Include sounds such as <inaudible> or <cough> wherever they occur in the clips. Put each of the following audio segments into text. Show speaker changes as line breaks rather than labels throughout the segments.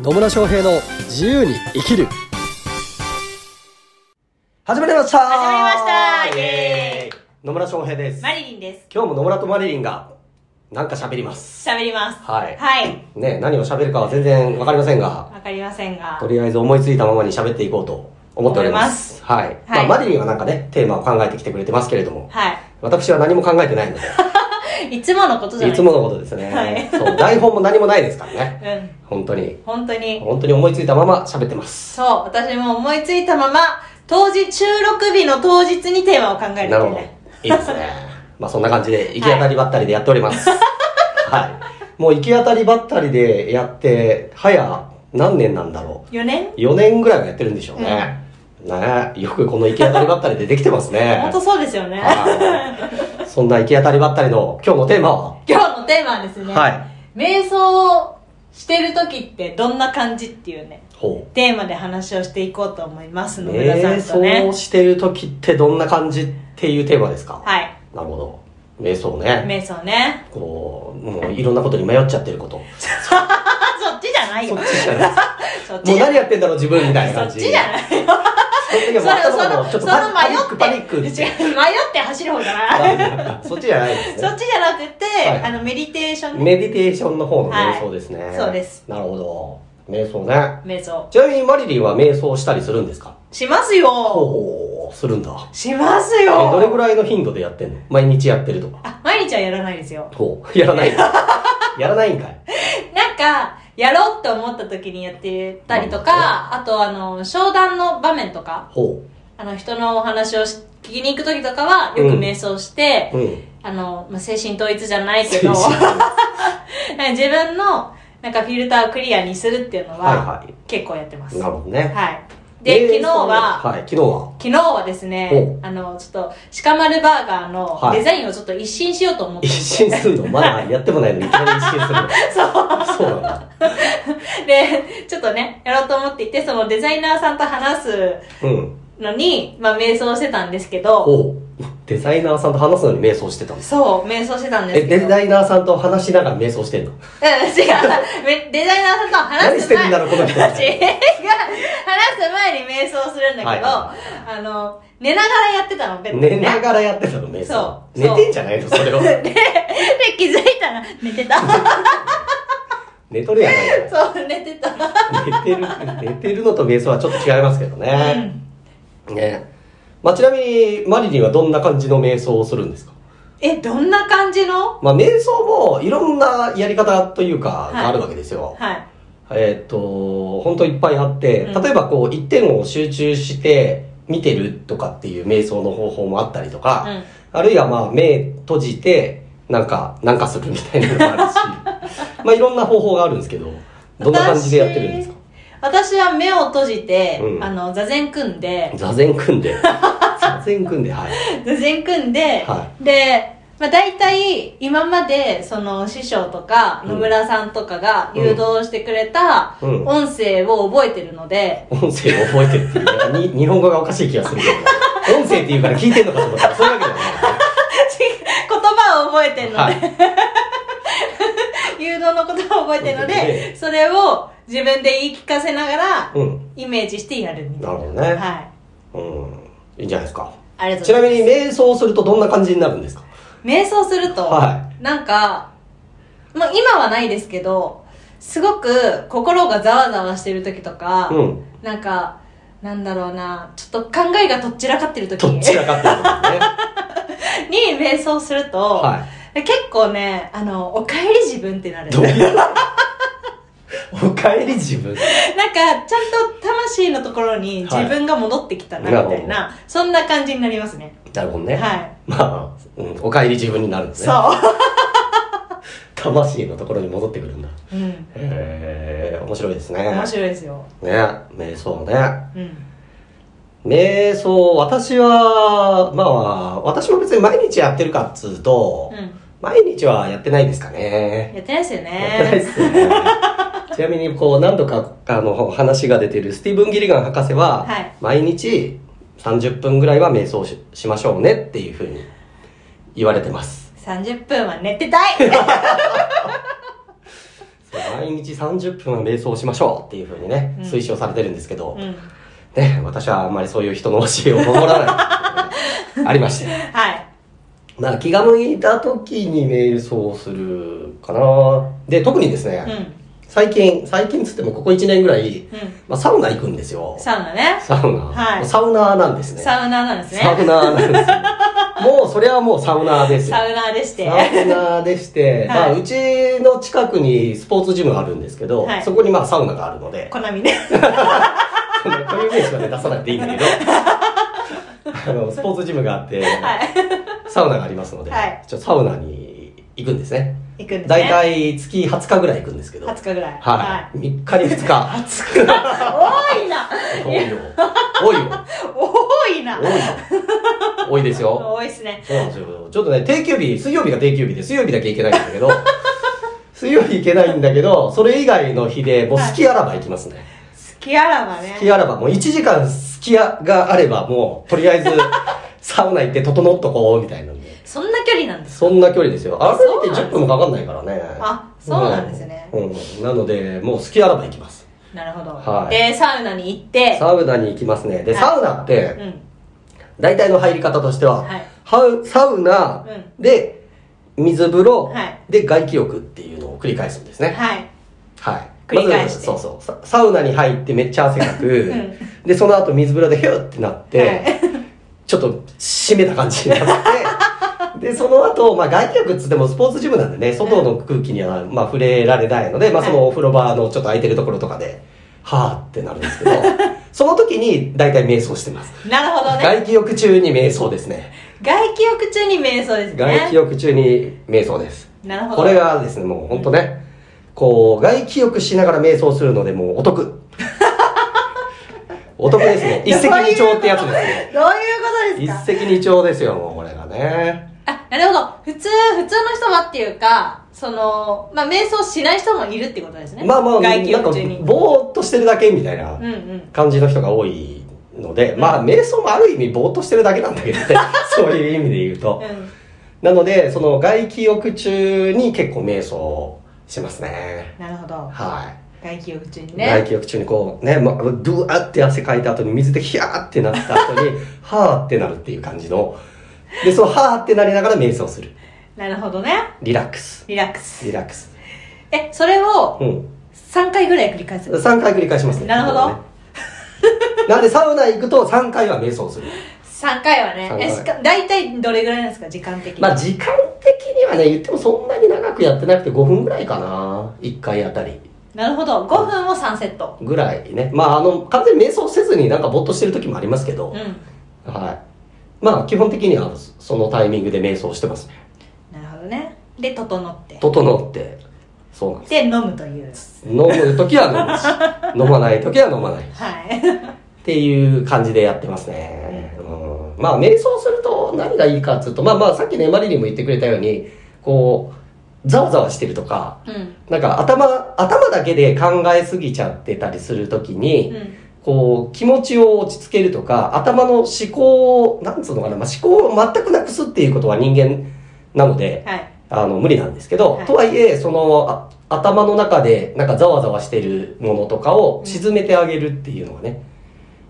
野村翔平の自由に生きる始まりました
始まりましたイエー
野村翔平です
マリリンです。
今日も野村とマリリンがなんか喋ります
喋ります。
はい
はい。
ね何を喋るかは全然わかりませんが
わかりませんが
と。りあえず思いついたままに喋っていこうと思っておりますはい、
はい
まあ、マリリンはなんかねテーマを考えてきてくれてますけれども
は
私は何も考えてないの
<laughs>
で
い。いつものことじゃない
いつものことですね、
はい
そう台本も何もないですからね
うん。
本当に
本当に。
本当に思いついたまま喋ってます
そう。私も思いついたまま、当日、収録日の当日にテーマを考える
なる
の
ほど
ね。
いいですねまあそんな感じで行き当たりばったりでやっておりますはい、もう行き当たりばったりでやって早何年なんだろ
4年
う4年ぐらいはやってるんでしょうね、ねえよくこの行き当たりばったりでできてますね
本当そうですよね。
はいそんな行き当たりばったりの今日のテーマは、
今日のテーマはですね、
はい
瞑想をしてる時ってどんな感じっていうね、
ほう
テーマで話をしていこうと思いますので、
瞑
皆さんとね
想。してる時ってどんな感じっていうテーマですか、
はい。
なるほど瞑想ね
瞑想ね。
こうもういろんなことに迷っちゃってる
<laughs>
こと
あ、そっちじゃない
そ
よ
っ。ちしかない
そっち
もう
じゃ
何やってんだろう自分みたいな
そ
感
っ
じ
ちじゃない
その時
そ
はもう頭がも
の
う
そ
ちょ
の
っ
そ
と
の
パ
迷
ニッ
って
クパニック
違う迷って走る方じゃない
あそっちじゃないです
そ
ね
っちじゃなくて、
はい
あのメディテーションね
メディテーションの方の瞑想ですね、
はいそうです
なるほど瞑想ね
瞑想
ちなみにマリリンは瞑想したりするんですか
しますよ
おおするんだ
します
えどれぐ
よ
らいの頻度でやってんの毎日やってるとか
あ毎日はやらないですよ
ほうやらない
<laughs>
やらないんかい
なんかやろうって思った時にやってたりと
な
かあとあの商談の場面とか
ほ
あの人のお話をし聞きに行く時とかはよく瞑想して、
ううん
あの、まあ、精神統一じゃないけど
精神統
<laughs> 自分のなんかフィルターをクリアにするっていうのは、
はいはい
結構やってます
な
は
るほどね
い
瞑
で昨
想
日は
はい昨日は
昨日はですね
お
あのちょっと鹿丸バーガーの
はい
デザインをちょっと一新しようと思って
一 <laughs>
い
新
て、
するのまだやってもないのにいきなり一新す
<laughs>
るのそうそうなんだ
でちょっとねやろうと思っていてそのデザイナーさんと話す
うん
のに、まあ、瞑想してたんですけど
おうデザイナーさんと話すのに瞑想してたんです
そう瞑想してたんで
え
すけ
デ
ど
ザイナーさんと話しながら瞑想してんの
<laughs> うん違うめデザイナーさんとは
何
話
し
す
てるん
前
だろうこの人
<laughs> 違う話す前に瞑想するんだけど、
はいは
あの寝ながらやってたのベッドで
寝ながらやってたの瞑想
そう
寝てんじゃないのそれを
で気づいたら寝て
<laughs>
た
寝とるやないか
そう寝てた
寝てる寝てるのと瞑想はちょっと違いますけどね、ねまあ、ちなみにマリリンはどんな感じの瞑想をするんですか
えどんな感じの
まあ、瞑想もいろんなやり方というか
い
があるわけですよ、
はい
えーっと本当いっぱいあって、
うん
例えばこう一点を集中して見てるとかっていう瞑想の方法もあったりとか、
うん
あるいはまあ目閉じてなんかなんかするみたいなのも
<laughs>
あるしまあいろんな方法があるんですけどどんな感じでやってるんですか
私は目を閉じて、
うん
あの座禅組んで
座禅組んで座禅組んではい
座禅組んで、
は
で、まあ、大体今までその師匠とか
うん
野村さんとかが誘導してくれた
うん
音声を覚えてるので、
<laughs> 音声を覚えてるっていうねに日本語がおかしい気がするけど音声っていうから聞いてんのかと思ったらそういうわけじゃない
<laughs>
からね
言葉を覚えてるので、
は
誘導の言葉を覚えてるの
覚えて
でそれを自分で言い聞かせながら
い、うん
イメージしてやるみ
な
たいな
るほどね、
はい
うんいいんじゃないですか
ありがとうございます
ちなみに瞑想するとどんな感じになるんですか
瞑想すると、
は
なんか、まあ、今はないですけどすごく心がざわざわしてる時とか、
うん
なんかなんだろうなちょっと考えがとっちらかってる時
どっ
に
ち
<laughs>
らかってことですね
瞑想すると、
は
結構ねあの「おかえり自分」ってなる
いどう <laughs> いうおかえり自分
<laughs> なんかちゃんと魂のところに自分が戻ってきたな
はい
みたいな、そんな感じになりますね
なるほどね、
はい
まあ、うん、お帰り自分になるんです
そ
ね。魂のところに戻ってくるんだ。 <laughs>
う、うん、
へえ、面白いですね。
面白いですよ、
ね、瞑想ね。
うん、
瞑想、私は、まあ、私も別に毎日やってるかっつうと、
うん、
毎日はやってないですかね。
やってないですよね
やってないですね。 <laughs> ちなみに、こう、何度か、あの、話が出てるスティーブン・ギリガン博士は、
はい
毎日30分ぐらいは瞑想ししましょうねっていうふうに言われてます。 <laughs>
30分は寝てたい
30毎日30分は瞑想しましょうっていうふうにね、
うん
推奨されてるんですけど、
うん
ね、私はあんまりそういう人の教えを守らない。
<laughs>
ありまして。
はい
まあ気が向いた時に瞑想するかな。で、特にですね、
うん
最近、最近つってもここ1年ぐらい、
う
まあ、サウナ行くんですよ
ん。サウナね
サウナ。
はい
サウナーなんですね。
サウナーなんですね
サウナーなんですよ。もうそれはもうサウナーですよ。
サウナーでして
サウナーでして、
はい
まあ、うちの近くにスポーツジムがあるんですけど、
はい
そこにまあサウナがあるので、
コナミね
こういう名詞はね、出さなくていいん
<laughs>
だけど、あの、スポーツジムがあって、
はい
サウナがありますので、
はい
ちょっとサウナに行くんですね。
行くんですね
だいたい月20日ぐらい行くんですけど、
20日ぐらい
はい。3日に2日。
はい多いな
多いよ。多いよ。
多いな
多い
<laughs>
よ。多いですよ。
多いですね
そうなんですよ。ちょっとね、定休日、水曜日が定休日で、水曜日だけ行けないんだけ
<laughs>
ど、水曜日行けないんだけど、それ以外の日で、もう
はい
好きあらば行きますね。
好きあらば
好き
ね
あらば、もう1時間好きあがあれば、もう、とりあえ
<laughs>
ず、サウナ行って整っとこう、みたいなんで。
そんな距離なんです
そんな距離ですよ。歩いて
そうなんです
10分もかかんないからね。
あそうなんですね
うん。うんなので、もう好きあらば行きます。
なるほど、
はい
でサウナに行って
サウナに行きますね。で、
はい
サウナっ
う
て、
ん
大体の入り方としては、
はい
ハウサウナ
う
で、水風呂、
はい
で、外気浴っていうのを繰り返すんですね。
はい
はい。
繰り返して
まずそうそうサ。サウナに入ってめっちゃ汗かく。
ん
で、その後水風呂でヒューってなって、
はい
ちょっと締めた感じになって、
<laughs>
で、その後、まあ外気浴っつってもスポーツジムなんでね、外の空気には、まあ触れられないので、まあそ
は
のお風呂場のちょっと空いてるところとかで、はーってなるんですけ
<laughs>
ど、その時に大体瞑想してます。
なるほどね
外気浴中に瞑想ですね。
外気浴中に瞑想ですね
外気浴中に瞑想です。
なるほど
これがですね、もう本当ね、こう、外気浴しながら瞑想するので、もうお
<laughs>
得。お得ですね。一石二鳥ってやつですね。
どういうこと
一
ですか
石二鳥ですよ、もうこれがね。
あなるほど普通普通の人はっていうかそのまあ瞑想しない人もいるってことですね
まあまあ、
外気
なんか
浴中に、
ぼーっとしてるだけみたいな
うんうん
感じの人が多いので、まあ、瞑想もある意味ぼーっとしてるだけなんだけどね。
<laughs>
そういう意味で言うと
う。ん
なので、その外気浴中に結構瞑想しますね。
なるほど
はい。
外気浴中に
外
ね
気浴中にこうね、ま、ドゥワって汗かいた後に水でヒャーってなった後に、 <laughs> はーってなるっていう感じの。で、そのはーってなりながら瞑想する。
なるほどね
リラックス。
リラックス
リラックス。
えそれを
うん。
3回ぐらい繰り返す
3回繰り返しますね。
なるほど
ね。 <laughs> なんでサウナ行くと3回は瞑想する。
3回はね
三回
えしか大体どれぐらいなんですか時間的に、
まあ時間的にはね、言ってもそんなに長くやってなくて5分ぐらいかな。1回あたり。
なるほど5分を3セット
ぐらいね。まああの、完全に瞑想せずになんかぼーっとしてる時もありますけど
う。ん
はい。まあ基本的にはそのタイミングで瞑想してますね。
なるほどねで整って
整ってそうなんです
で飲むという
飲む時は飲むし飲まない時は飲まないっ <laughs>
はい
ていう感じでやってますね、うん、まあ瞑想すると何がいいかっつうとまあまあさっきねマリリンも言ってくれたようにこうざわざわしてるとか
うん
なんか頭頭だけで考えすぎちゃってたりする時に、
うん
こう気持ちを落ち着けるとか頭の思考をなんつうのかな、まあ、思考を全くなくすっていうことは人間なので、
はい
あの、無理なんですけど、
はい
とはいえ、その、あ頭の中で、なんかざわざわしてるものとかを沈めてあげるっていうのがね、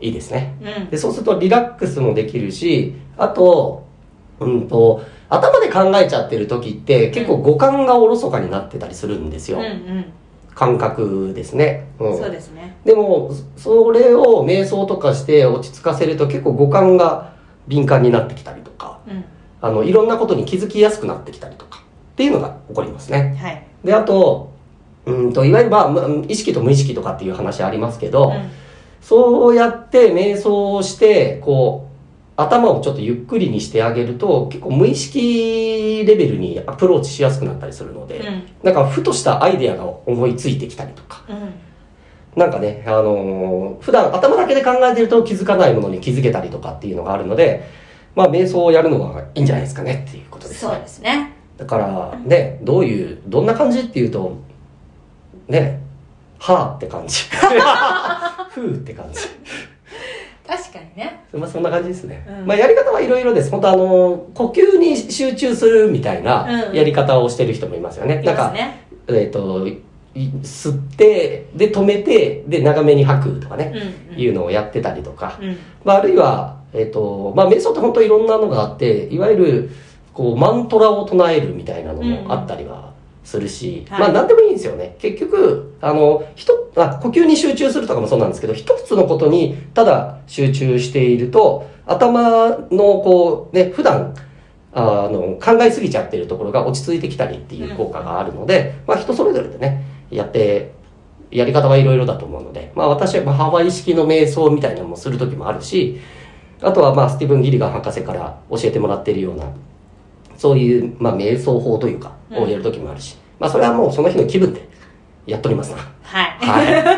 いいですね。
うん
で、そうするとリラックスもできるし、あと、うんと、頭で考えちゃってる時って、結構五感がおろそかになってたりするんです
う
よ。
んうん
感覚ですね。うん
そうですね
でも、そそれを瞑想とかして落ち着かせると結構五感が敏感になってきたりとか、
うん
あの、いろんなことに気づきやすくなってきたりとか、っていうのが起こりますね。
はい
で、あと、うんと、いわゆるまあ、む意識と無意識とかっていう話ありますけど、
う
そうやって瞑想をして、こう、頭をちょっとゆっくりにしてあげると、結構無意識レベルにアプローチしやすくなったりするので、
んうん
なんかふとしたアイデアが思いついてきたりとか、
うん
なんかね、あのー普段頭だけで考えてると気づかないものに気づけたりとかっていうのがあるので、まあ瞑想をやるのはいいんじゃないですかねっていうことですね。
そうですね
だからねどういうどんな感じっていうとねはあって感じ <laughs> ふうって感じ、
確かにね
まあ、そんな感じですね、
うん
まあやり方はいろいろです本当あの呼吸に集中するみたいな
うん
やり方をしてる人もいますよね、
い
なん
ます
か
ね
えっ、とい吸ってで止めてで長めに吐くとかね、
うん
いうのをやってたりとか、
うん
まあ、あるいは、えっとまあ、瞑想って本当いろんなのがあっていわゆるこうマントラを唱えるみたいなのもあったりはするし、
はい
まあ何でもいいんですよね結局あのひとあ呼吸に集中するとかもそうなんですけど一つのことにただ集中していると頭のこうね普段あの考えすぎちゃってるところが落ち着いてきたりっていう効果があるので、まあ、人それぞれでねやってやり方はいろいろだと思うので、まあ、私はまあハワイ式の瞑想みたいなのもする時もあるしあとはまあスティーブン・ギリガン博士から教えてもらっているようなそういうまあ瞑想法というか
うん
をやる時もあるし、まあ、それはもうその日の気分でやっとりますな
<laughs> はい
はい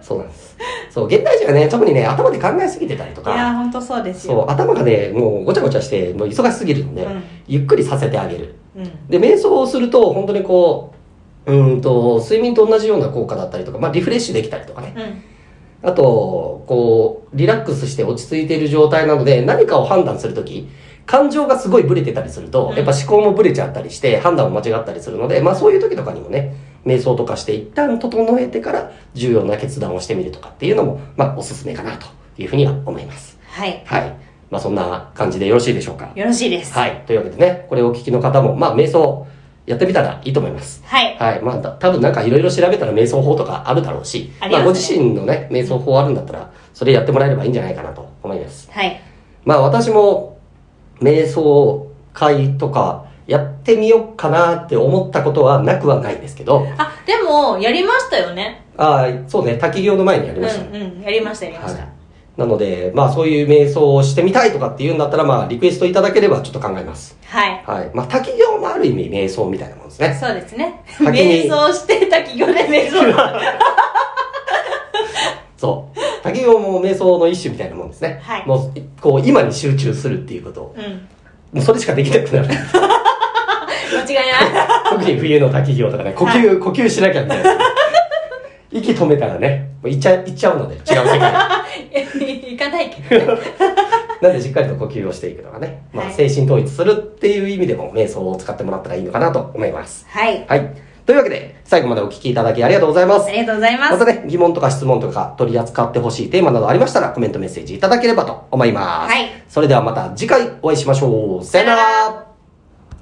そうなんですそう現代人はね特にね頭で考えすぎてたりと
いや
か
ー本当そうです
そう
よ
頭がねもうごちゃごちゃしてもう忙しすぎるので、
うん
ゆっくりさせてあげる
うん
で瞑想をすると本当にこううーんと睡眠と同じような効果だったりとか、まあ、リフレッシュできたりとかね
うん
あとこうリラックスして落ち着いている状態なので何かを判断するとき感情がすごいブレてたりすると
うん
やっぱ思考もブレちゃったりして判断も間違ったりするので、まあ、そういう時とかにもね瞑想とかして一旦整えてから重要な決断をしてみるとかっていうのも、まあ、おすすめかなというふうには思います
はい
はい、まあ、そんな感じでよろしいでしょうか
よろしいですはい
はい。というわけでね、これをお聞きの方も、まあ、瞑想、やってみたらいいと思います。
はい
はい。まあ、た多分なんかいろいろ調べたら瞑想法とかあるだろうし、
あり
ま
ますね
あ、ご自身のね、瞑想法あるんだったら、それやってもらえればいいんじゃないかなと思います。
はい
まあ、私も、瞑想会とか、やってみようかなって思ったことはなくはないんですけど、
あでもやりましたよね
ああ、そうね、滝行の前にやり
うん
ました。
うんやりましたやりまし
は
た
いなので、まあそういう瞑想をしてみたいとかっていうんだったら、まあリクエストいただければちょっと考えます。
はい
はい。まあ、滝行もある意味瞑想みたいなもん
<laughs>
ですね。
そうですね
先に
瞑想して滝行で
<laughs>
瞑想
そう。滝行も瞑想の一種みたいなもんですね。
はい
もう、こう、今に集中するっていうことを。
うん
もうそれしかできなくなる。
<laughs> 間違い <laughs> ない
特に冬の滝行とかね、呼吸、
は
呼吸しなきゃみたいな。息止めたらね、もう行っちゃ、行っちゃうので、違う世界
<laughs>
に。
行かないけどね
なんでしっかりと呼吸をしていくのがね、ま
は
あ
い
精神統一するっていう意味でも瞑想を使ってもらったらいいのかなと思います。
はい
はい。というわけで、最後までお聞きいただきありがとうございます
あ。りがとうございます
またね、疑問とか質問とか取り扱ってほしいテーマなどありましたらコメントメッセージいただければと思います。
はい
それではまた次回お会いしましょう。さよなら